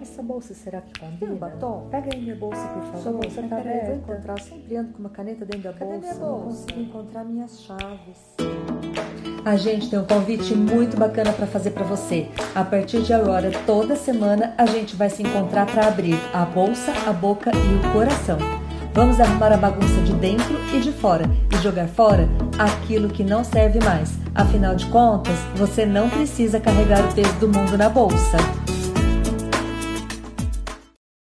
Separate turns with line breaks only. essa bolsa será que combina?
Tem um batom?
Pega aí minha bolsa, por favor.
Sua bolsa
Minha
tá
caneta.
aberta. encontrar, eu sempre ando com uma caneta dentro da
Cadê
bolsa.
minha
Não
bolsa?
consigo encontrar minhas chaves. A gente tem um convite muito bacana para fazer para você. A partir de agora, toda semana a gente vai se encontrar para abrir a bolsa, a boca e o coração. Vamos arrumar a bagunça de dentro e de fora e jogar fora aquilo que não serve mais. Afinal de contas, você não precisa carregar o peso do mundo na bolsa.